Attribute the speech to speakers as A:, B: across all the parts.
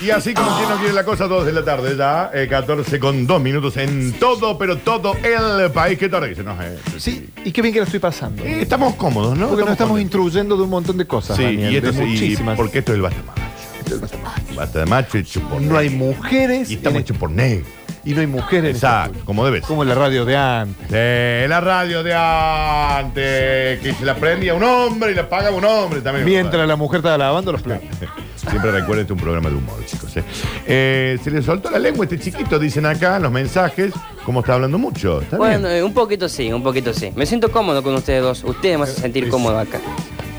A: Y así como quien no quiere la cosa, 2 de la tarde ya, eh, 14 con 2 minutos en todo, pero todo el país. Qué tarde que se nos eh,
B: Sí, y qué bien que la estoy pasando.
A: eh, estamos cómodos, ¿no?
B: Porque nos estamos
A: contentos.
B: instruyendo de un montón de cosas.
A: Sí,
B: Daniel,
A: y esto
B: de
A: es, y
B: muchísimas.
A: porque esto es el basta macho. Basta de macho y chupón.
B: no hay mujeres
A: Y estamos
B: en-
A: hechos por negro.
B: y no hay mujeres. en
A: Exacto,
B: este
A: como debes.
B: estudio. Como en la radio de antes.
A: De la radio de antes, que se la prendía un hombre y la pagaba un hombre también.
B: Mientras la mujer estaba lavando los platos.
A: Siempre recuerden un programa de humor, chicos. ¿eh? Eh, se le soltó la lengua a este chiquito, dicen acá en los mensajes, como está hablando mucho. ¿Está
C: Bueno,
A: bien?
C: eh, un poquito sí, un poquito sí. Me siento cómodo con ustedes dos. Ustedes me hacen sentir cómodo acá.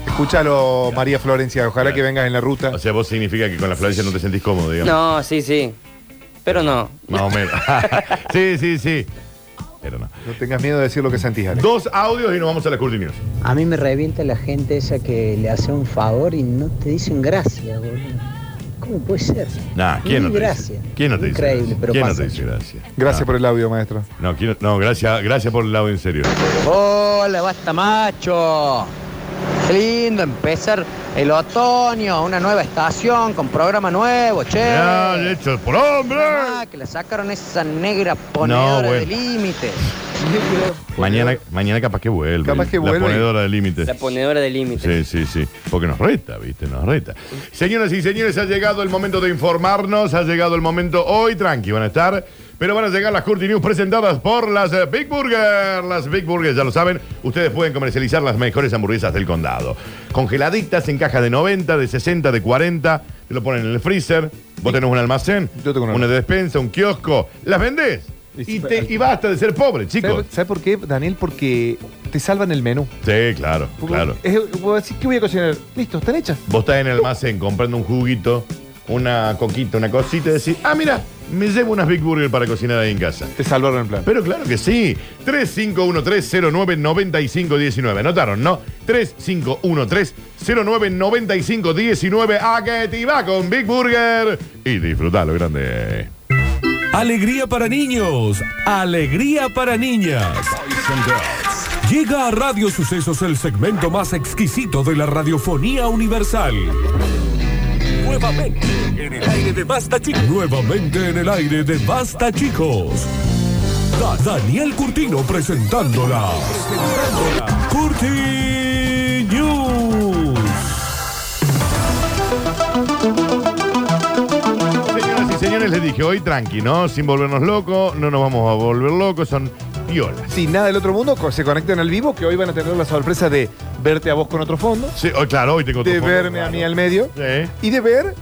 B: Escúchalo, María Florencia. Ojalá que vengas en la ruta.
A: O sea, vos significa que con la Florencia no te sentís cómodo, digamos.
C: No, sí, sí. Pero no.
A: Más o menos. sí, sí, sí. Pero no.
B: No tengas miedo de decir lo que sentís, Alex.
A: Dos audios y nos vamos a la Curti News.
D: A mí me revienta la gente esa que le hace un favor y no te dicen gracias, boludo. ¿Cómo puede ser?
A: Nah, ¿quién
D: Ni
A: no te dice?
D: gracias.
A: ¿Quién no te dice?
D: Increíble,
A: gracias?
D: pero
A: ¿Quién
D: pasa.
A: no te dice gracias?
B: Gracias
A: No.
B: por el audio, maestro.
A: No, quiero- no, gracias, gracias por el audio en serio.
E: Hola, basta macho. Qué lindo empezar el otoño, una nueva estación con programa nuevo, che.
A: Ya, hecho por hombre.
E: Ah, que la sacaron esa negra ponedora
A: bueno.
E: de límite.
A: Mañana, mañana capaz que vuelve.
B: Capaz que
A: la
B: vuelve.
A: ponedora de límites.
C: La ponedora de límites.
A: Sí, sí, sí. Porque nos reta, ¿viste? Nos reta. Señoras y señores, ha llegado el momento de informarnos. Ha llegado el momento hoy, tranqui, van a estar. Pero van a llegar las Curti News presentadas por las eh, Big Burger. Las Big Burger, ya lo saben, ustedes pueden comercializar las mejores hamburguesas del condado. Congeladitas en cajas de 90, de 60, de 40. Te lo ponen en el freezer. Vos tenés un almacén,
B: Yo tengo un
A: una despensa, un kiosco. Las vendés.
B: Y-
A: Y, te- y basta de ser pobre, chicos.
B: ¿Sabes sabe por qué, Daniel? Porque te salvan el menú.
A: Sí, claro,
B: Porque
A: claro.
B: es- vos decís, ¿qué voy a cocinar? Listo, están hechas.
A: Vos estás en el almacén comprando un juguito, una coquita, una cosita y decís, ah, mira, me llevo unas Big Burger para cocinar ahí en casa.
B: Te salvaron el plan.
A: Pero claro que sí. 3513099519. Anotaron, ¿no? 3513099519. A que te va con Big Burger. Y disfrutá lo grande.
F: Alegría para niños, alegría para niñas. Llega a Radio Sucesos el segmento más exquisito de la radiofonía universal. Nuevamente en el aire de Basta Chicos. Nuevamente en el aire de Basta Chicos. Da- Daniel Curtino presentándola. Presentándola. Curti News.
A: Señoras y señores, les dije, hoy tranqui, ¿no? Sin volvernos locos, no nos vamos a volver locos, son piolas.
B: Sin nada del otro mundo, co- se conectan al vivo, que hoy van a tener la sorpresa de verte a vos con otro fondo,
A: Sí, hoy, claro, hoy tengo otro
B: de
A: fondo,
B: verme a
A: claro.
B: mí al medio
A: Sí.
B: y de ver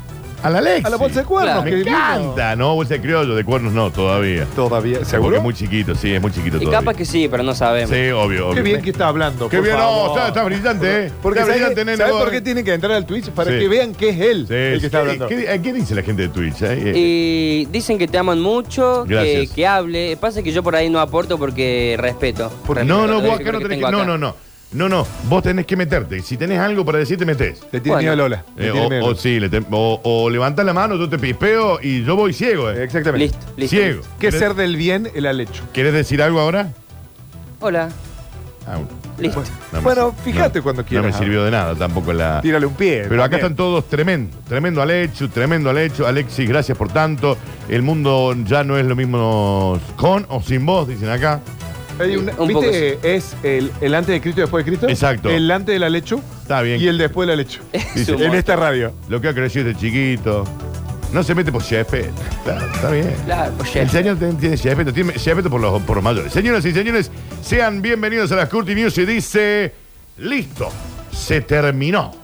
A: A la Alex.
B: a la bolsa de cuernos.
C: Claro.
A: Me
B: que vino.
A: encanta, ¿no? Bolsa de criollo, de cuernos no, todavía.
B: Todavía,
A: Porque
B: ¿seguro?
A: es muy chiquito, sí, es muy chiquito
C: Y
A: todavía.
C: capaz que sí, pero no sabemos.
A: Sí, obvio, obvio.
B: Qué bien que está hablando.
A: Qué
B: por
A: bien,
B: favor.
A: no, está, está brillante, ¿eh?
B: Porque
A: está
B: ¿sabes,
A: brillante, nene.
B: ¿sabes
A: vos.
B: por qué tienen que entrar al Twitch? Para
A: Sí.
B: que vean que es él
A: Sí,
B: el que está
A: sí.
B: hablando.
A: ¿Qué, qué dice la gente de Twitch? eh?
C: Y dicen que te aman mucho, que,
A: Gracias.
C: que hable. Pasa que yo por ahí no aporto porque respeto.
A: Porque-
C: Respeto
A: no, no,
C: lo
A: vos
C: que-
A: acá no
C: que
A: tenés
C: tengo
A: que. No,
C: acá.
A: no, no. No, no, vos tenés que meterte. Y si tenés algo para decir, te metés.
B: Le tiene
C: Bueno.
B: miedo a Lola. le
A: Eh,
B: tiene
A: o,
B: miedo a
A: o
B: Lola.
A: sí, le te- o, o levantás la mano, yo te pispeo y yo voy ciego, ¿eh?
B: Exactamente.
C: Listo, listo.
A: Ciego.
B: ¿Qué
A: ¿Querés-
B: ser del bien el Alecho?
A: ¿Querés decir algo ahora?
C: Hola.
A: Ah,
C: Listo.
A: me
B: Bueno,
A: sir-
B: fíjate
A: no,
B: cuando quieras.
A: No me sirvió de nada tampoco la.
B: Tírale un pie.
A: Eh, Pero acá
B: también.
A: están todos tremendo, tremendo Alechu, tremendo Alechu. Alexis, gracias por tanto. El mundo ya no es lo mismo con o sin vos, dicen acá.
B: Hay una-
C: Un poco
B: ¿Viste? Es el, el antes de Cristo y después de Cristo.
A: Exacto.
B: El antes de la lechu.
A: Está bien.
B: Y el después de la lechu.
C: Es un
B: en
C: monstruo.
B: esta radio.
A: Lo que ha crecido este chiquito. No se mete por césped. Claro, está bien.
C: Claro, pues, oye.
A: El señor ten- tiene césped, tiene césped por los, por los mayores. Señoras y señores, sean bienvenidos a las Curti News y dice, listo, se terminó.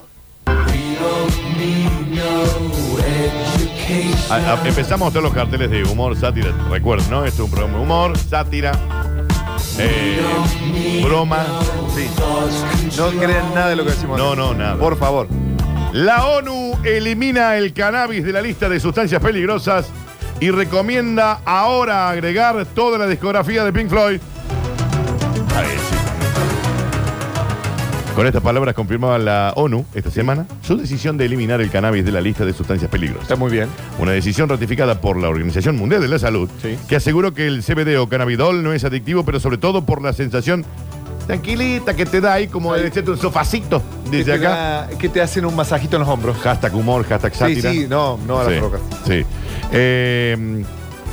A: A- a- Ah, empezamos a hacer los carteles de humor, sátira. Recuerden, ¿no? Este es un programa de humor, sátira, eh, broma.
B: No crean nada de lo que decimos.
A: No, no, nada.
B: Por favor.
A: La ONU elimina el cannabis de la lista de sustancias peligrosas y recomienda ahora agregar toda la discografía de Pink Floyd. A ver, sí. Con estas palabras confirmaba la ONU esta semana su decisión de eliminar el cannabis de la lista de sustancias peligrosas.
B: Está muy bien.
A: Una decisión ratificada por la Organización Mundial de la Salud,
B: Sí.
A: que aseguró que el CBD o cannabidol no es adictivo, pero sobre todo por la sensación tranquilita que te da ahí como de un sofacito. Dice
B: que te
A: acá.
B: da- que te hacen un masajito en los hombros.
A: Hashtag humor, hashtag
B: Sí,
A: sátira.
B: sí, no, no a las
A: Sí,
B: rocas.
A: Sí. Eh,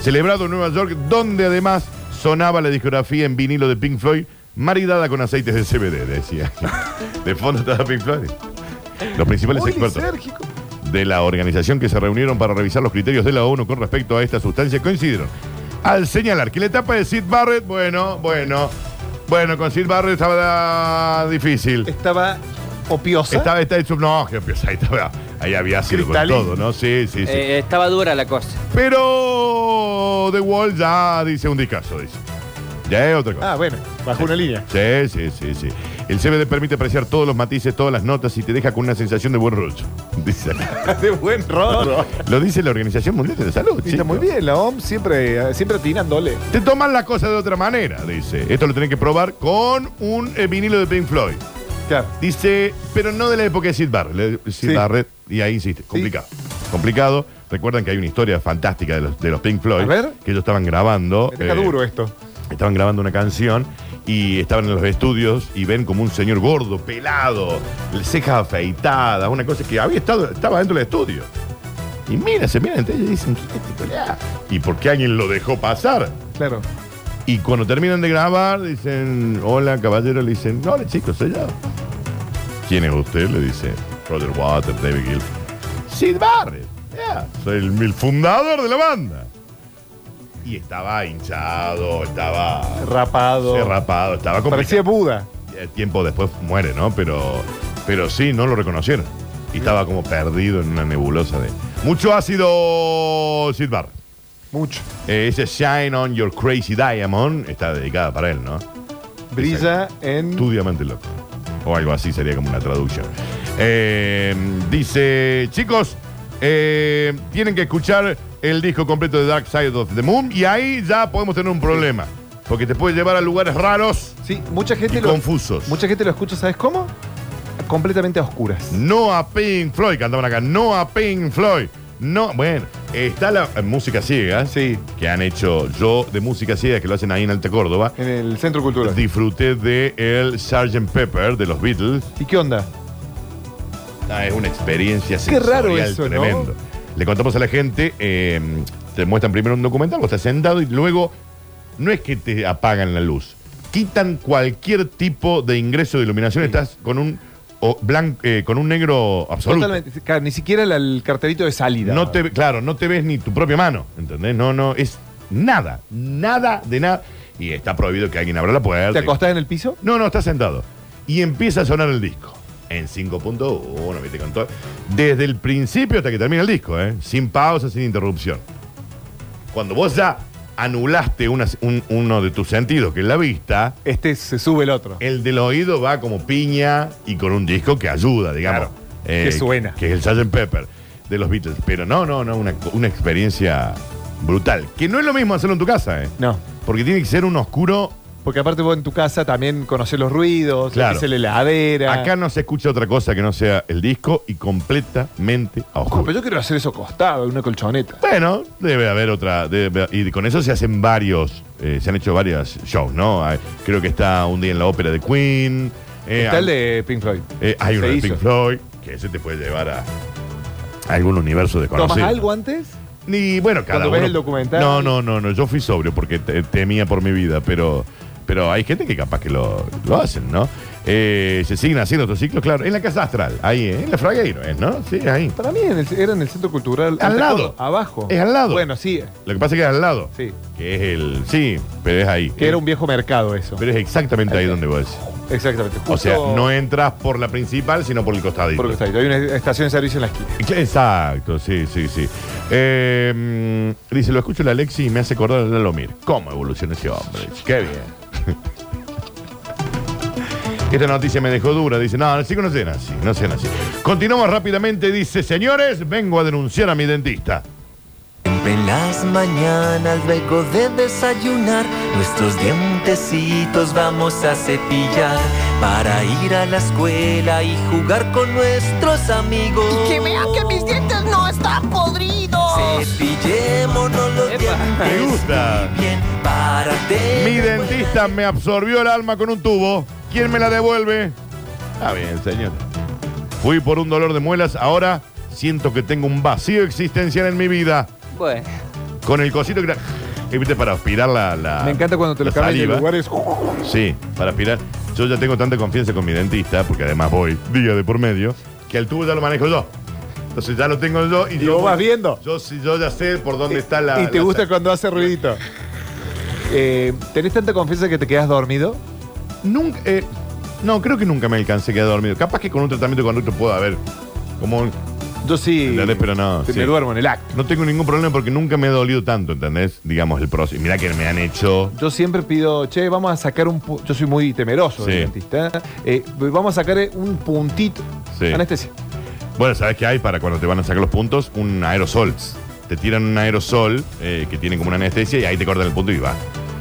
A: celebrado en Nueva York, donde además sonaba la discografía en vinilo de Pink Floyd, maridada con aceites de CBD, decía. De fondo estaba Pink Floyd. Los principales
B: Muy
A: expertos
B: lisérgico.
A: de la organización que se reunieron para revisar los criterios de la ONU con respecto a esta sustancia coincidieron al señalar que la etapa de Sid Barrett, bueno, bueno, bueno, con Sid Barrett estaba difícil.
B: Estaba opiosa.
A: Estaba, estaba hecho, no, que empieza, ahí, estaba, ahí había sido con
B: Cristalino.
A: todo, ¿no? Sí, sí, sí.
C: Eh, estaba dura la cosa.
A: Pero The Wall ya dice un discazo, dice. Ya es otra cosa.
B: Ah, bueno, bajo una línea.
A: Sí, sí, sí, sí. El CBD permite apreciar todos los matices, todas las notas y te deja con una sensación de buen rollo. Dice.
B: De buen rol.
A: Lo dice la Organización Mundial de la Salud.
B: Y Está
A: chico.
B: muy bien, la OMS siempre, eh, siempre atinándole.
A: Te toman la cosa de otra manera, dice. Esto lo tenés que probar con un eh, vinilo de Pink Floyd.
B: Claro.
A: Dice, pero no de la época de Sid Barrett. Le- Sid
B: Sí.
A: Barrett, y ahí insiste, complicado. Complicado. Recuerdan que hay una historia fantástica de los, de los Pink Floyd.
B: A ver.
A: Que ellos estaban grabando.
B: Me deja
A: eh,
B: duro esto.
A: Estaban grabando una canción y estaban en los estudios y ven como un señor gordo, pelado, cejas afeitadas, una cosa que había estado, estaba dentro del estudio. Y mira, se miran entre ellos y dicen, ¿quién es este pelado? ¿Y por qué alguien lo dejó pasar?
B: Claro.
A: Y cuando terminan de grabar, dicen, hola caballero, le dicen, hola chicos, soy yo. ¿Quién es usted? Le dice Roger Waters, David Gill. Sid Barrett, "Yeah, soy el, el fundador de la banda. Y estaba hinchado, estaba
B: Rapado.
A: Sí, rapado, estaba
B: Parecía
A: complicado.
B: Buda.
A: Eh, Tiempo después muere, ¿no? Pero, pero sí, no lo reconocieron. Y estaba como perdido en una nebulosa de... Mucho ácido, Sid Barrett.
B: Mucho.
A: Eh, ese Shine on Your Crazy Diamond está dedicada para él, ¿no?
B: Brilla en.
A: Tu diamante loco. O algo así sería como una traducción. Eh, dice, chicos, eh, tienen que escuchar el disco completo de Dark Side of the Moon y ahí ya podemos tener un problema. Porque te puede llevar a lugares raros.
B: Sí, mucha gente
A: Y
B: Este lo.
A: confusos.
B: Mucha gente lo escucha, ¿sabes cómo? Completamente a oscuras.
A: No a Pink Floyd, cantaban acá. No a Pink Floyd. No, bueno, está la eh, música ciega.
B: Sí.
A: Que han hecho yo de música ciega, que lo hacen ahí en Alta Córdoba.
B: En el Centro Cultural.
A: Disfruté de el Sgt. Pepper de los Beatles.
B: ¿Y qué onda?
A: Ah, es una experiencia
B: Qué raro
A: sensorial
B: eso, ¿no?
A: tremendo. Le contamos a la gente, eh, te muestran primero un documental, vos estás sentado y luego no es que te apagan la luz, quitan cualquier tipo de ingreso de iluminación, estás con un o blanco, eh, con un negro absoluto.
B: Totalmente. Claro, ni siquiera la- el carterito de salida.
A: No te, ve- claro, no te ves ni tu propia mano, ¿entendés? No, no, es nada, nada de nada. Y está prohibido que alguien abra la puerta.
B: ¿Te acostás en el piso?
A: No, no, está sentado. Y empieza a sonar el disco. En 5.1, viste con todo. Desde el principio hasta que termina el disco, ¿eh? Sin pausa, sin interrupción. Cuando vos ya anulaste una- un- uno de tus sentidos, que es la vista,
B: Este se sube el otro.
A: el del oído va como piña y con un disco que ayuda, digamos. Eh,
B: Claro, que suena.
A: Que es el Sgt. Pepper de los Beatles. Pero no, no, no, una, una experiencia brutal. Que no es lo mismo hacerlo en tu casa, ¿eh?
B: No.
A: Porque tiene que ser un oscuro
B: Porque aparte vos en tu casa también conocés los ruidos,
A: Claro.
B: es la heladera.
A: Acá no se escucha otra cosa que no sea el disco y completamente a
B: Ojo, pero
A: oscuro.
B: yo quiero hacer eso costado, en una colchoneta.
A: Bueno, debe haber otra. debe- y con eso se hacen varios. eh, se han hecho varios shows, ¿no? Ah, creo que está un día en la ópera de Queen. eh,
B: Está el de Pink Floyd.
A: eh, hay uno
B: Se
A: de
B: hizo.
A: Pink Floyd, que ese te puede llevar a, a algún universo desconocido.
B: ¿Tomas algo antes?
A: Y bueno, cada
B: Cuando ves
A: uno-
B: el documental.
A: No, no, no, no. Yo fui sobrio porque te- temía por mi vida, pero, pero hay gente que capaz que lo, lo hacen, ¿no? Eh, se siguen haciendo estos ciclos, claro. En la casa astral, ahí, ¿eh? en la Fragueiro, ¿eh? ¿no? Sí, ahí.
B: Para mí en el- era en el centro cultural.
A: Al
B: Ante
A: lado.
B: todo, Abajo.
A: Es al lado. Eh,
B: Bueno, sí.
A: Lo que pasa es que es al lado.
B: Sí.
A: Que es el. Sí, pero es ahí.
B: Que era un viejo mercado eso.
A: Pero es exactamente ahí donde vos decís.
B: Exactamente.
A: O sea,
B: justo
A: no entras por la principal, sino por el costadito.
B: por el costadito. Hay una estación de servicio en la esquina.
A: Exacto, sí, sí, sí. Eh, mm, dice, lo escucho el Alexi y me hace acordar a Lalomir. ¿Cómo evoluciona ese hombre? Qué bien. Esta noticia me dejó dura. Dice, no, chicos, no sean así, no sean así. Continuamos rápidamente. Dice, señores, vengo a denunciar a mi dentista.
G: Siempre en las mañanas, luego de desayunar, nuestros dientecitos vamos a cepillar para ir a la escuela y jugar con nuestros amigos.
H: Y que vean que mis dientes no están podridos.
G: Cepillémonos los
A: Me
G: dientes
A: gusta.
G: bien para tener
A: Mi dentista me absorbió el alma con un tubo. ¿Quién me la devuelve? Está bien, señor. Fui por un dolor de muelas, ahora siento que tengo un vacío existencial en mi vida.
C: Bueno,
A: Con el cosito que... era- eh, ¿viste? Para aspirar la, la-
B: Me encanta cuando te lo
A: Ah, la
B: cambian de
A: saliva.
B: lugares.
A: Sí, para aspirar. Yo ya tengo tanta confianza con mi dentista, porque además voy día de por medio, que el tubo ya lo manejo yo. Entonces ya lo tengo yo y,
B: Y
A: yo
B: vos
A: voy-
B: vas viendo.
A: Yo, sí- yo ya sé por dónde está la.
B: y te
A: la-
B: gusta cuando hace ruidito. Eh, ¿Tenés tanta confianza que te quedas dormido?
A: Nunca. eh, no, creo que nunca me alcancé a quedar dormido. Capaz que con un tratamiento de conducto puedo haber. Como un-
B: Yo Ah, sí.
A: Entendés, pero no,
B: te-
A: sí.
B: Me duermo en el acto.
A: no tengo ningún problema porque nunca me ha dolido tanto, ¿entendés? Digamos el proceso. Mirá que me han hecho.
B: Yo siempre pido, che, vamos a sacar un. pu- Yo soy muy temeroso
A: Sí.
B: del dentista. Eh, vamos a sacar eh, un puntito.
A: Sí.
B: Anestesia.
A: Bueno, ¿sabes qué hay para cuando te van a sacar los puntos? Un aerosol. Te tiran un aerosol eh, que tiene como una anestesia y ahí te cortan el punto y va.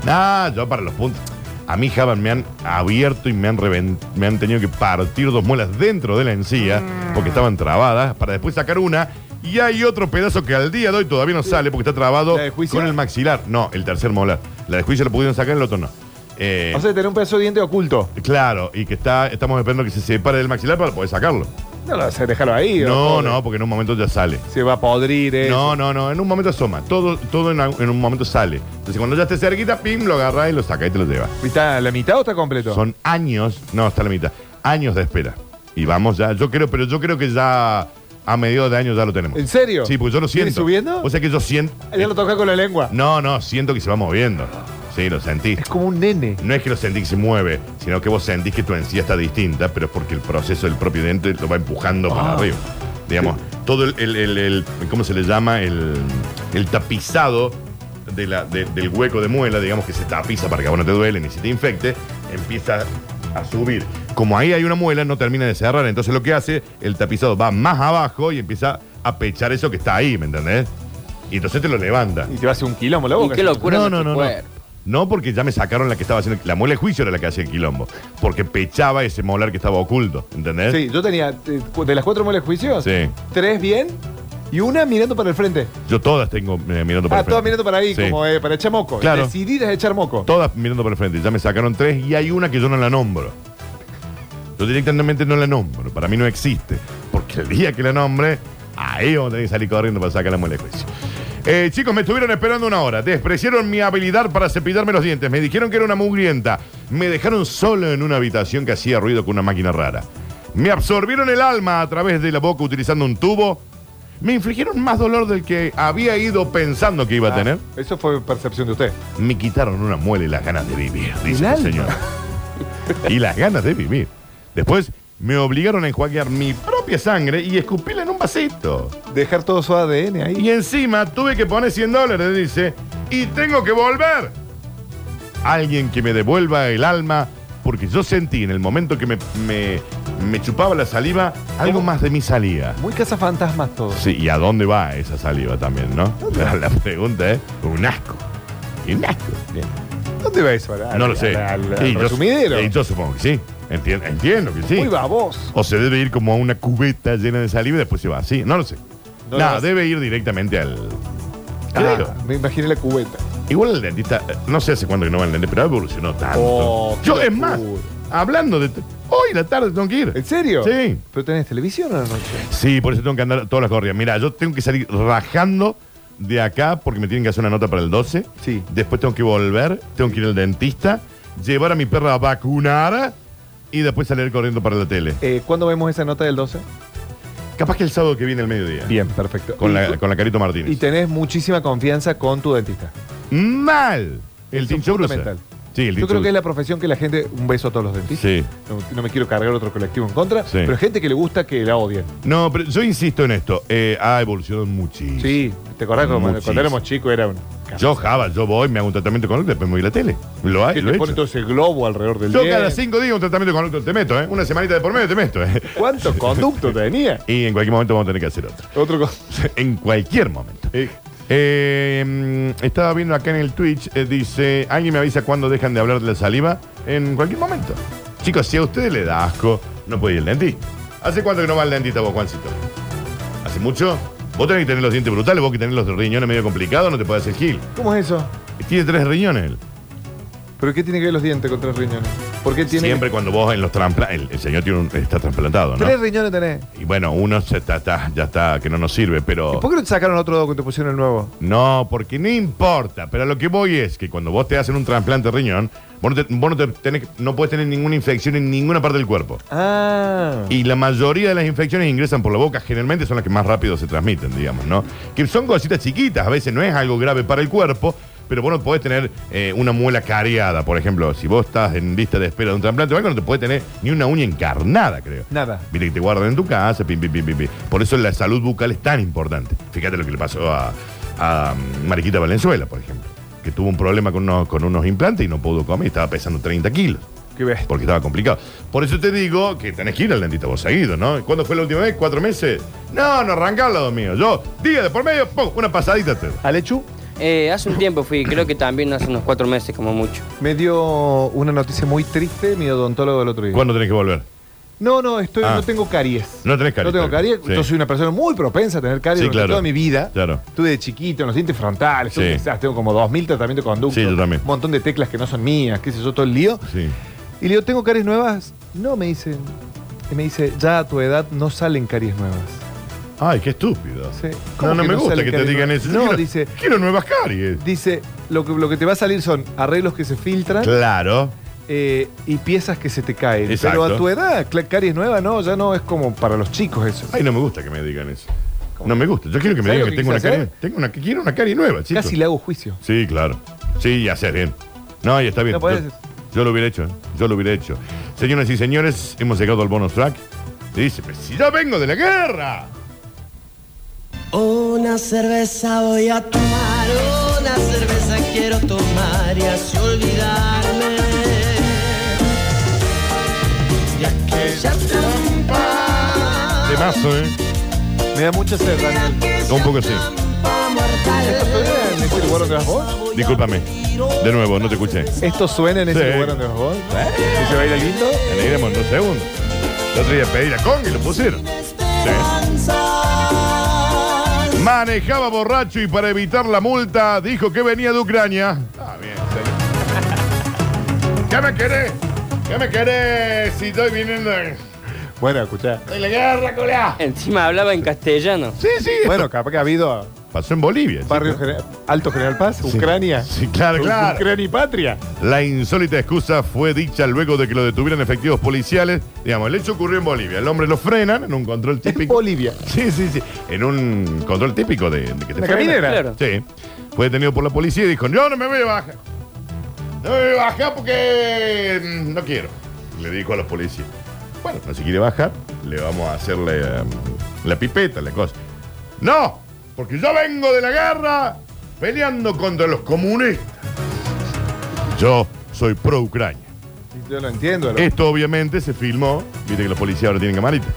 A: Nah, yo para los puntos. A mí, Javan, me han abierto y me han, reven- me han tenido que partir dos muelas dentro de la encía porque estaban trabadas para después sacar una. Y hay otro pedazo que al día de hoy todavía no sale porque está trabado
B: ¿La de juicio?
A: con el maxilar. No, el tercer molar. La de juicio lo pudieron sacar, el otro no. Eh,
B: O sea, tener un pedazo de diente oculto.
A: claro, y que está, estamos esperando que se separe del maxilar para poder sacarlo.
B: No lo sé, déjalo ahí.
A: No,
B: pobre.
A: no, porque en un momento ya sale.
B: Se va a podrir. eh.
A: No, no, no, en un momento asoma, todo, todo en, algún- en un momento sale. Entonces cuando ya esté cerquita, pim, lo agarrás y lo sacás y te lo llevas.
B: ¿Está a la mitad o está completo?
A: Son años, no, hasta la mitad, años de espera. Y vamos ya, yo creo, pero yo creo que ya a mediados de año ya lo tenemos.
B: ¿En serio?
A: Sí, pues yo lo
B: ¿Viene
A: siento.
B: subiendo? Ah,
A: O sea que yo siento... eh,
B: Ya lo toca con la lengua.
A: No, no, siento que se va moviendo. Sí, lo sentí.
B: Es como un nene.
A: No es que lo sentís que se mueve, sino que vos sentís que tu encía está distinta, pero es porque el proceso del propio diente lo va empujando para arriba. Digamos, todo el, el- el- el- ¿cómo se le llama? El, el tapizado de la- de- del hueco de muela, digamos que se tapiza para que a vos no te duele ni se te infecte, empieza a subir. Como ahí hay una muela, no termina de cerrar, entonces lo que hace, el tapizado va más abajo y empieza a pechar eso que está ahí, ¿me entendés? Y entonces te lo levanta.
B: Y te va a hacer un quilombo la
C: y
B: boca.
C: qué locura
A: No,
C: en
A: no,
C: nuestro
A: no, no.
C: cuerpo.
A: No, porque ya me sacaron la que estaba haciendo. La muela de juicio era la que hacía el quilombo. Porque pechaba ese molar que estaba oculto. ¿Entendés?
B: Sí, yo tenía eh, cu- de las cuatro muelas de juicio,
A: Sí.
B: tres bien y una mirando para el frente.
A: Yo todas tengo eh, mirando para
B: ah,
A: el frente.
B: todas mirando para ahí,
A: Sí.
B: como eh, para echar moco.
A: Claro.
B: Decididas a echar moco.
A: Todas mirando para el frente. Ya me sacaron tres y hay una que yo no la nombro. Yo directamente no la nombro. Para mí no existe. Porque el día que la nombre, ahí vamos a tener que salir corriendo para sacar la muela de juicio. Eh, chicos, me estuvieron esperando una hora. Despreciaron mi habilidad para cepillarme los dientes. Me dijeron que era una mugrienta. Me dejaron solo en una habitación que hacía ruido con una máquina rara. Me absorbieron el alma a través de la boca utilizando un tubo. Me infligieron más dolor del que había ido pensando que iba a
B: Ah,
A: tener.
B: Eso fue percepción de usted.
A: Me quitaron una muela y las ganas de vivir, dice
B: El
A: el
B: alma.
A: señor. y las ganas de vivir. Después me obligaron a enjuaguear mi propia sangre y escupirla en un vasito.
B: Dejar todo su ADN ahí.
A: Y encima tuve que poner 100 dólares, dice, y tengo que volver. Alguien que me devuelva el alma, porque yo sentí en el momento que me, me- me chupaba la saliva, algo más de mí salía.
B: Muy cazafantasmas todo.
A: Sí, ¿y a dónde va esa saliva también, no? La pregunta es, un asco. Un asco. Bien.
B: ¿Dónde va eso? Al-
A: No lo
B: al-
A: sé.
B: al- al
A: Y yo-
B: resumidero.
A: y yo supongo que sí. Entiendo, entiendo que sí.
B: Muy baboso.
A: O se debe ir como a una cubeta llena de saliva y después se va así. No lo sé.
B: No
A: Nada,
B: lo sé.
A: debe ir directamente al.
B: Ah,
A: Creo.
B: me imaginé la cubeta.
A: Igual el dentista, eh, no sé hace cuándo que no va al dentista, pero evolucionó tanto.
B: Oh,
A: yo,
B: qué
A: es más,
B: locura.
A: hablando de. Hoy la tarde tengo que ir.
B: ¿En serio?
A: Sí.
B: ¿Pero tenés televisión o no?
A: Sí, por eso tengo que andar todas las corridas. Mira, yo tengo que salir rajando de acá porque me tienen que hacer una nota para el 12.
B: Sí.
A: Después tengo que volver, tengo que ir al dentista, llevar a mi perra a vacunar y después salir corriendo para la tele.
B: Eh, ¿Cuándo vemos esa nota del 12?
A: Capaz que el sábado que viene al mediodía.
B: Bien, perfecto.
A: Con
B: y,
A: la, con la Carito
B: y
A: Martínez.
B: tenés muchísima confianza con tu dentista.
A: ¡Mal! El
B: Eso
A: tincho
B: es
A: brusa.
B: fundamental.
A: Sí, el
B: Yo
A: tincho
B: creo que
A: brusa.
B: es la profesión que la gente. Un beso a todos los dentistas.
A: Sí.
B: No, no me quiero cargar otro colectivo en contra,
A: Sí.
B: pero gente que le gusta que la odien.
A: No, pero yo insisto en esto. Eh, ha evolucionado muchísimo.
B: Sí, ¿te acordás cuando, cuando
A: Muchísimo.
B: éramos chicos era un.
A: Yo, Java, yo voy, me hago un tratamiento con él, después me voy a la tele. Lo, ha-
B: Que
A: lo he
B: te pone
A: hecho.
B: todo ese globo alrededor del
A: Yo
B: diente.
A: cada cinco días un tratamiento con otro te meto, ¿eh? Una semanita de por medio te meto, ¿eh?
B: ¿Cuánto conducto tenía?
A: Y en cualquier momento vamos a tener que hacer otro.
B: Otro co-
A: en cualquier momento.
B: Eh,
A: Eh, mm, estaba viendo acá en el Twitch, eh, dice, alguien me avisa cuándo dejan de hablar de la saliva. En cualquier momento. Chicos, si a ustedes les da asco, no puede ir al dentista. ¿Hace cuánto que no va al dentista vos, Juancito? ¿Hace mucho? Vos tenés que tener los dientes brutales, vos que tenés los riñones medio complicados, no te podés hacer gil.
B: ¿Cómo es eso?
A: Tiene tres riñones él.
B: ¿Pero qué tiene que ver los dientes con tres riñones? Porque tiene
A: Siempre cuando vos en los trasplantes, el, el señor tiene un- está trasplantado, ¿no?
B: tres riñones tenés.
A: Y bueno, uno se está, está- ya está, que no nos sirve, pero...
B: ¿Y por qué no te sacaron otro dos cuando te pusieron el nuevo?
A: No, porque no importa. Pero a lo que voy es que cuando vos te hacen un trasplante de riñón, vos no, te- vos no te tenés- no puedes tener ninguna infección en ninguna parte del cuerpo.
B: Ah.
A: Y la mayoría de las infecciones ingresan por la boca, generalmente son las que más rápido se transmiten, digamos, ¿no? Que son cositas chiquitas, a veces no es algo grave para el cuerpo, pero vos no podés tener eh, una muela cariada, por ejemplo. Si vos estás en lista de espera de un trasplante o algo, no te puede tener ni una uña encarnada, creo.
B: Nada.
A: Viste que te guardan en tu casa, pim, pim, pim, pim, pim. Por eso la salud bucal es tan importante. Fíjate lo que le pasó a, a Mariquita Valenzuela, por ejemplo, que tuvo un problema con unos, con unos implantes y no pudo comer, estaba pesando 30 kilos.
B: ¿Qué ves?
A: Porque estaba complicado. Por eso te digo que tenés que ir al dentista vos seguido, ¿no? ¿Cuándo fue la última vez? ¿Cuatro meses? No, no arrancá al lado mío. Yo, día de por medio, ¡pum! una pasadita te doy.
B: Alechu
C: Eh, hace un tiempo fui, creo que también hace unos cuatro meses como mucho.
B: me dio una noticia muy triste mi odontólogo el otro día.
A: ¿Cuándo tenés que volver?
B: No, no, estoy,
A: Ah.
B: no tengo caries.
A: No tenés caries,
B: No tengo
A: está
B: caries.
A: bien.
B: Yo
A: Sí.
B: soy una persona muy propensa a tener caries
A: Sí,
B: durante
A: claro.
B: toda mi vida.
A: Claro.
B: Tuve de chiquito, en los dientes frontales, tuve
A: Sí.
B: un desastre, tengo como 2.000 tratamientos de conducto.
A: Sí, yo también.
B: Un montón de teclas que no son mías, qué sé yo, todo el lío.
A: Sí.
B: Y le digo, ¿tengo caries nuevas? No, me dice. Y me dice, ya a tu edad no salen caries nuevas.
A: Ay, qué estúpido.
B: Sí.
A: No,
B: ¿Cómo
A: no
B: que
A: me
B: no
A: gusta
B: sale
A: que te
B: caries
A: digan
B: nuevas?
A: eso. Yo
B: No,
A: quiero,
B: dice-
A: Quiero nuevas caries.
B: Dice, lo que, lo que te va a salir son arreglos que se filtran
A: Claro.
B: eh, y piezas que se te caen.
A: Exacto.
B: Pero a tu edad, cla- caries nueva, no, ya no es como para los chicos eso.
A: Ay, no me gusta que me digan eso. No me gusta. Yo quiero que me
B: ¿Sabes
A: digan
B: lo
A: que
B: que
A: tengo una
B: quise
A: carie.
B: hacer?
A: Tengo una, que quiero una carie nueva, chico.
B: Casi le hago juicio.
A: Sí, claro. Sí, y hacer bien. No, y está bien.
B: No podés.
A: yo, yo lo hubiera hecho, ¿eh? yo lo hubiera hecho. Señoras y señores, hemos llegado al bonus track. Y dice, "Pero si ya vengo de la guerra.
I: Una cerveza voy a tomar, una cerveza quiero tomar y así olvidarme de aquella trampa,
A: De mazo, ¿eh?
B: Me da mucha sed, Daniel.
A: Un poco así.
B: ¿Esto suena en ese lugar donde vas vos?
A: Discúlpame. De nuevo, no te escuché.
B: ¿Esto suena en ese
A: Sí.
B: lugar donde vas vos? ¿Y se baila lindo?
A: Alegremos en dos segundos. El otro día pedí la conga y lo pusieron. Sí. Manejaba borracho y para evitar la multa dijo que venía de Ucrania. Ah, bien, señor. ¿Qué me querés? ¿Qué me querés si estoy viniendo de
B: Bueno, escuchá.
A: de la guerra, colea?
C: Encima hablaba en castellano.
A: Sí, sí.
B: Bueno, capaz que ha habido
A: Pasó en Bolivia. chico.
B: barrio General- Alto General Paz, Ucrania.
A: Sí, claro, Ah, claro.
B: Ucrania y patria.
A: La insólita excusa fue dicha luego de que lo detuvieran efectivos policiales. Digamos, el hecho ocurrió en Bolivia. El hombre lo frenan en un control
B: En
A: típico.
B: Bolivia.
A: Sí, sí, sí. En un control típico de, de que te
B: Una
A: frenan.
B: caminera.
C: Claro.
A: Sí. Fue detenido por la policía y dijo, yo no me voy a bajar. No me voy a bajar porque mm, no quiero. Le dijo a los policías. Bueno, no se quiere bajar, le vamos a hacerle mm, la pipeta, la cosa. No, porque yo vengo de la guerra peleando contra los comunistas. Yo soy pro Ucrania.
B: Yo lo entiendo. lo-
A: Esto obviamente se filmó, viste que los policías ahora tienen camarita,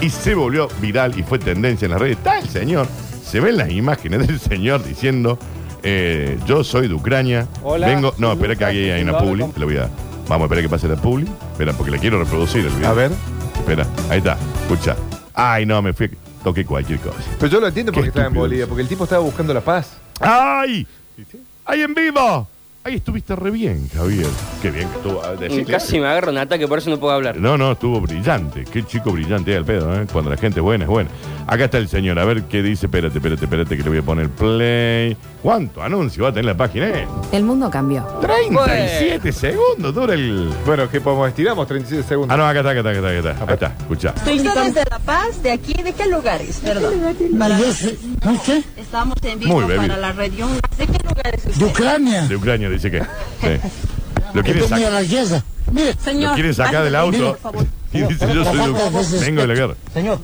A: y se volvió viral y fue tendencia en las redes. Está el señor, se ven las imágenes del señor diciendo, eh, yo soy de Ucrania,
E: Hola,
A: vengo... No,
E: soy
A: espera que
E: Lucas,
A: aquí hay una
E: fundador
A: publi,
E: de-
A: te lo voy a... Vamos, espera que pase la publi, espera, porque la quiero reproducir el video.
B: A ver.
A: Espera, ahí está, escucha. Ay, no, me fui, toqué cualquier cosa.
B: Pero yo lo entiendo
A: Qué
B: porque estaba en
A: estúpido.
B: Bolivia, porque el tipo estaba buscando la paz.
A: ¡Ay! ¡Ahí en vivo! Ahí estuviste re bien, Javier. Qué bien que estuvo. ah, decirle
C: Casi me agarra un ataque, por eso no puedo hablar.
A: No, no, estuvo brillante. Qué chico brillante es el pedo, ¿eh? Cuando la gente es buena, es buena. Acá está el señor, a ver qué dice. Espérate, espérate, espérate, que le voy a poner play. ¿Cuánto anuncio va a tener la página? eh?
J: El mundo cambió.
A: 37 segundos dura el.
B: Bueno, ¿qué podemos? Estiramos 37
A: Ah,
B: segundos.
A: no, acá está, acá está, acá está. Acá está.
H: Ah,
A: Ahí está, escuchá.
H: Ustedes de La Paz, ¿de aquí? ¿De qué lugares? Perdón. Para- Estamos en vivo
A: Muy bebido.
H: para la red Yungas. ¿De qué lugares ustedes?
A: De Ucrania dice que. Sí. Lo quieren sacar. Lo
H: Este Señor,
A: quieren sacar del
H: bájale,
A: auto.
H: por favor.
A: Y dice, yo soy de- Vengo de la guerra.
I: Señor,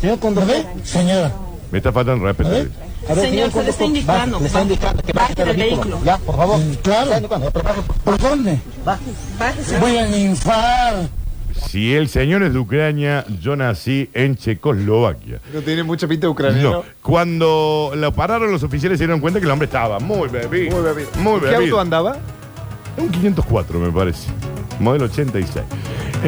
I: señor conductor, señora,
A: Me está faltando respeto. dice.
I: a ver,
H: Señor, se le está indicando.
I: le está indicando que baje
H: Baje del
I: el
H: vehículo.
I: vehículo. Ya, por favor. Claro. ¿Por dónde?
H: Bájese.
I: Voy a ninfar.
A: Si el señor es de Ucrania, yo nací en Checoslovaquia.
B: No tiene mucha pinta de
A: No,
B: ucraniano.
A: cuando lo pararon los oficiales se dieron cuenta que el hombre estaba muy bebido.
B: Muy bebido.
A: Muy
B: ¿Qué auto
A: bebido.
B: andaba?
A: Un 504 me parece. Modelo 86.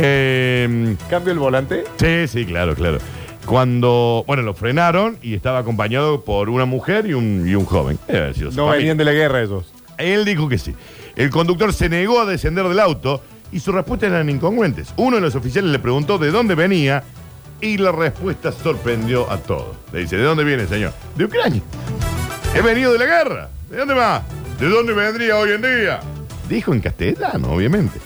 A: Eh,
B: Cambio el volante.
A: sí, sí, claro, claro. Cuando, bueno, lo frenaron y estaba acompañado por una mujer y un, y un joven. Debe haber sido su
B: No
A: familia.
B: venían de la guerra ellos.
A: Él dijo que sí. El conductor se negó a descender del auto y sus respuestas eran incongruentes. Uno de los oficiales le preguntó de dónde venía y la respuesta sorprendió a todos. Le dice, ¿de dónde viene, señor? De Ucrania. He venido de la guerra. ¿De dónde va? ¿De dónde vendría hoy en día? Dijo en castellano, obviamente.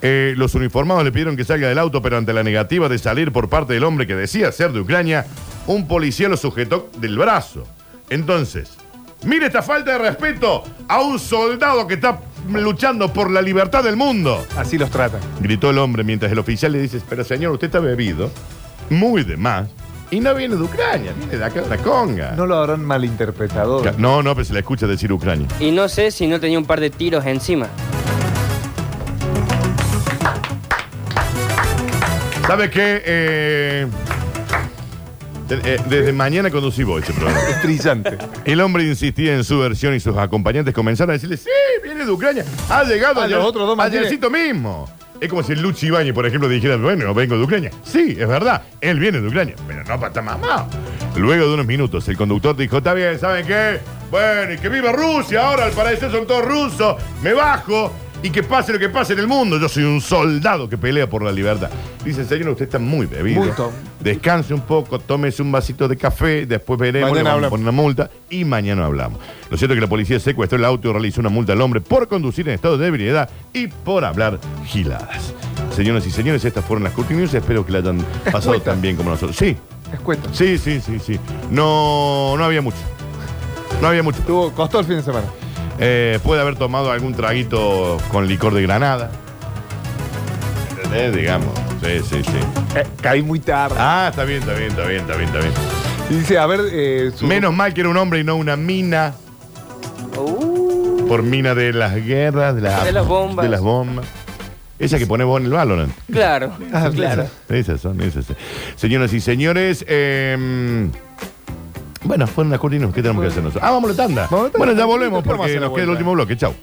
A: Eh, los uniformados le pidieron que salga del auto, pero ante la negativa de salir por parte del hombre que decía ser de Ucrania, un policía lo sujetó del brazo. Entonces, mire esta falta de respeto a un soldado que está luchando por la libertad del mundo.
B: Así los tratan.
A: Gritó el hombre mientras el oficial le dice, pero señor, usted está bebido, muy de más, y no viene de Ucrania, viene de acá de la conga.
B: No lo habrán malinterpretado.
A: No, no, pero se le escucha decir Ucrania.
C: Y no sé si no tenía un par de tiros encima.
A: ¿Sabe qué? Eh, de- eh, desde mañana conducí vos este programa.
B: Es brillante.
A: El hombre insistía en su versión y sus acompañantes comenzaron a decirle, sí, viene de Ucrania, ha llegado
B: Ah,
A: ayer-
B: los otros dos mantienen.
A: ayercito mismo. Es como si Luchi Ibañez, por ejemplo, dijera, bueno, vengo de Ucrania. Sí, es verdad, él viene de Ucrania, pero no para mamá. Luego de unos minutos, el conductor dijo, está bien, ¿saben qué? Bueno, y que viva Rusia, ahora al parecer son todos rusos, me bajo. Y que pase lo que pase en el mundo, yo soy un soldado que pelea por la libertad. Dice, señor, usted está muy bebido.
B: Muy tom.
A: Descanse un poco, tómese un vasito de café, después veremos,
B: Mañana
A: le vamos a
B: hablamos.
A: poner una multa y mañana hablamos. Lo cierto es que la policía secuestró el auto y realizó una multa al hombre por conducir en estado de ebriedad y por hablar giladas. Señoras y señores, estas fueron las Curti News. Espero que la hayan pasado
B: Escuetas.
A: tan bien como nosotros. Sí,
B: Es cuento.
A: sí, sí, sí, sí. No, no había mucho. No había mucho.
B: Tuvo, costó el fin de semana.
A: Eh, puede haber tomado algún traguito con licor de granada. ¿Entendés? Digamos. Sí, sí, sí.
B: caí muy tarde.
A: Ah, está bien, está bien, está bien, está bien, está bien.
B: Y dice, a ver, eh, su-
A: Menos mal que era un hombre y no una mina. Por mina de las guerras, de las,
C: De las bombas.
A: de las bombas. Esa que pone vos en el Valorant.
C: Claro.
B: Ah, claro.
A: Esas son, esas son. Señoras y señores, eh, bueno, fueron las cortinas. ¿Qué tenemos que hacer nosotros? Ah, vamos a la tanda.
B: Vamos a la tanda.
A: Bueno, ya volvemos
B: ¿Qué vamos a
A: porque
B: hacer la
A: nos queda el
B: vuelta?
A: último bloque. Chau.